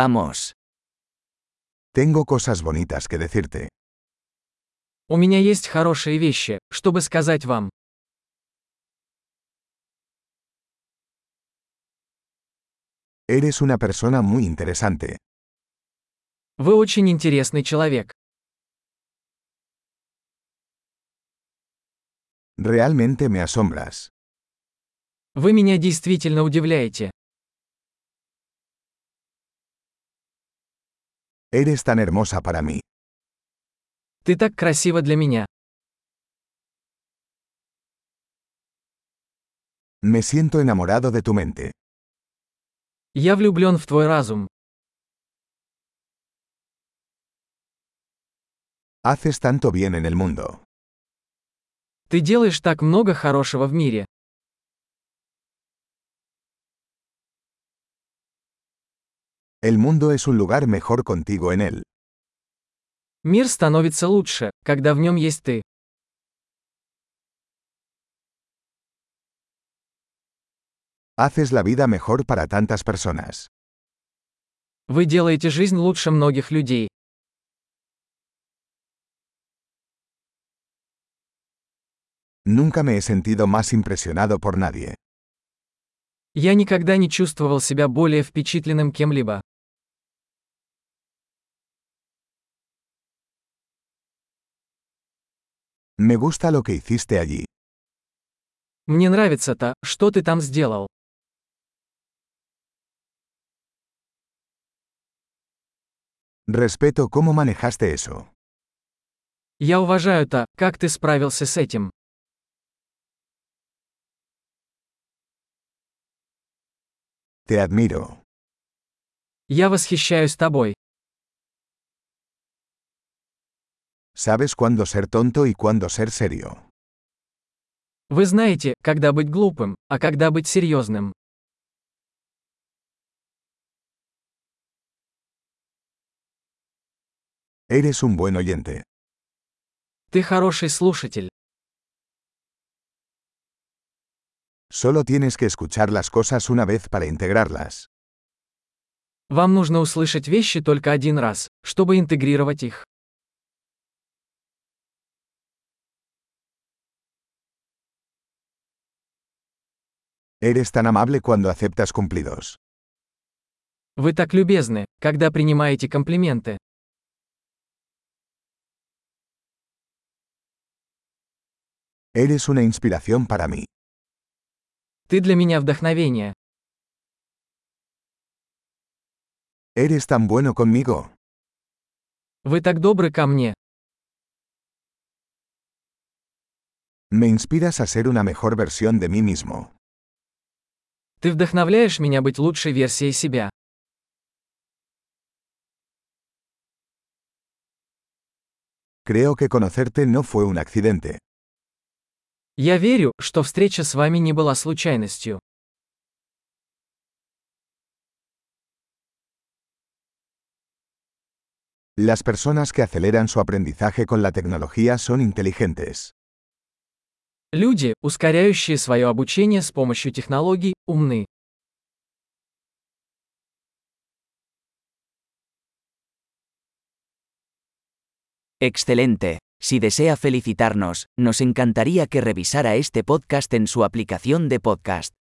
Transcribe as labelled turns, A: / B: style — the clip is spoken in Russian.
A: Vamos.
B: Tengo cosas bonitas que decirte.
C: У меня есть хорошие вещи, чтобы сказать вам.
B: Eres una persona muy interesante.
C: Вы очень интересный человек.
B: Realmente me asombras.
C: Вы меня действительно удивляете.
B: Eres tan hermosa para mí.
C: Ты так красива для меня.
B: Me siento enamorado de tu mente.
C: Я влюблен в твой разум.
B: Haces tanto bien en el mundo.
C: Ты делаешь так много хорошего в мире.
B: El mundo es un lugar mejor contigo en él.
C: Мир становится лучше, когда в нем есть ты.
B: Haces la vida mejor para tantas personas.
C: Вы делаете жизнь лучше многих людей.
B: Nunca me he sentido más impresionado por nadie.
C: Я никогда не чувствовал себя более впечатленным кем-либо.
B: Me gusta lo que hiciste allí.
C: Мне нравится то, что ты там сделал.
B: Respeto cómo manejaste eso.
C: Я уважаю то, как ты справился с этим.
B: Te admiro.
C: Я восхищаюсь тобой.
B: Sabes cuándo ser tonto y cuándo ser serio.
C: Вы знаете, когда быть глупым, а когда быть серьезным.
B: Eres un buen oyente.
C: Ты хороший слушатель.
B: Solo tienes que escuchar las cosas una vez para integrarlas.
C: Вам нужно услышать вещи только один раз, чтобы интегрировать их.
B: Eres tan amable cuando aceptas cumplidos.
C: Вы так любезны, когда принимаете комплименты.
B: Eres una inspiración para mí.
C: Ты для меня вдохновение.
B: Eres tan bueno conmigo.
C: Вы так добры ко мне.
B: Me inspiras a ser una mejor versión de mí mismo.
C: Ты вдохновляешь меня быть лучшей версией себя.
B: Creo que conocerte no fue un accidente.
C: Я верю, что встреча с вами не была случайностью.
B: Las personas que aceleran su aprendizaje con la tecnología son inteligentes.
C: Люди, ускоряющие свое обучение с помощью технологий, умны.
A: Excelente. Si desea felicitarnos, nos encantaría que revisara este podcast en su aplicación de podcast.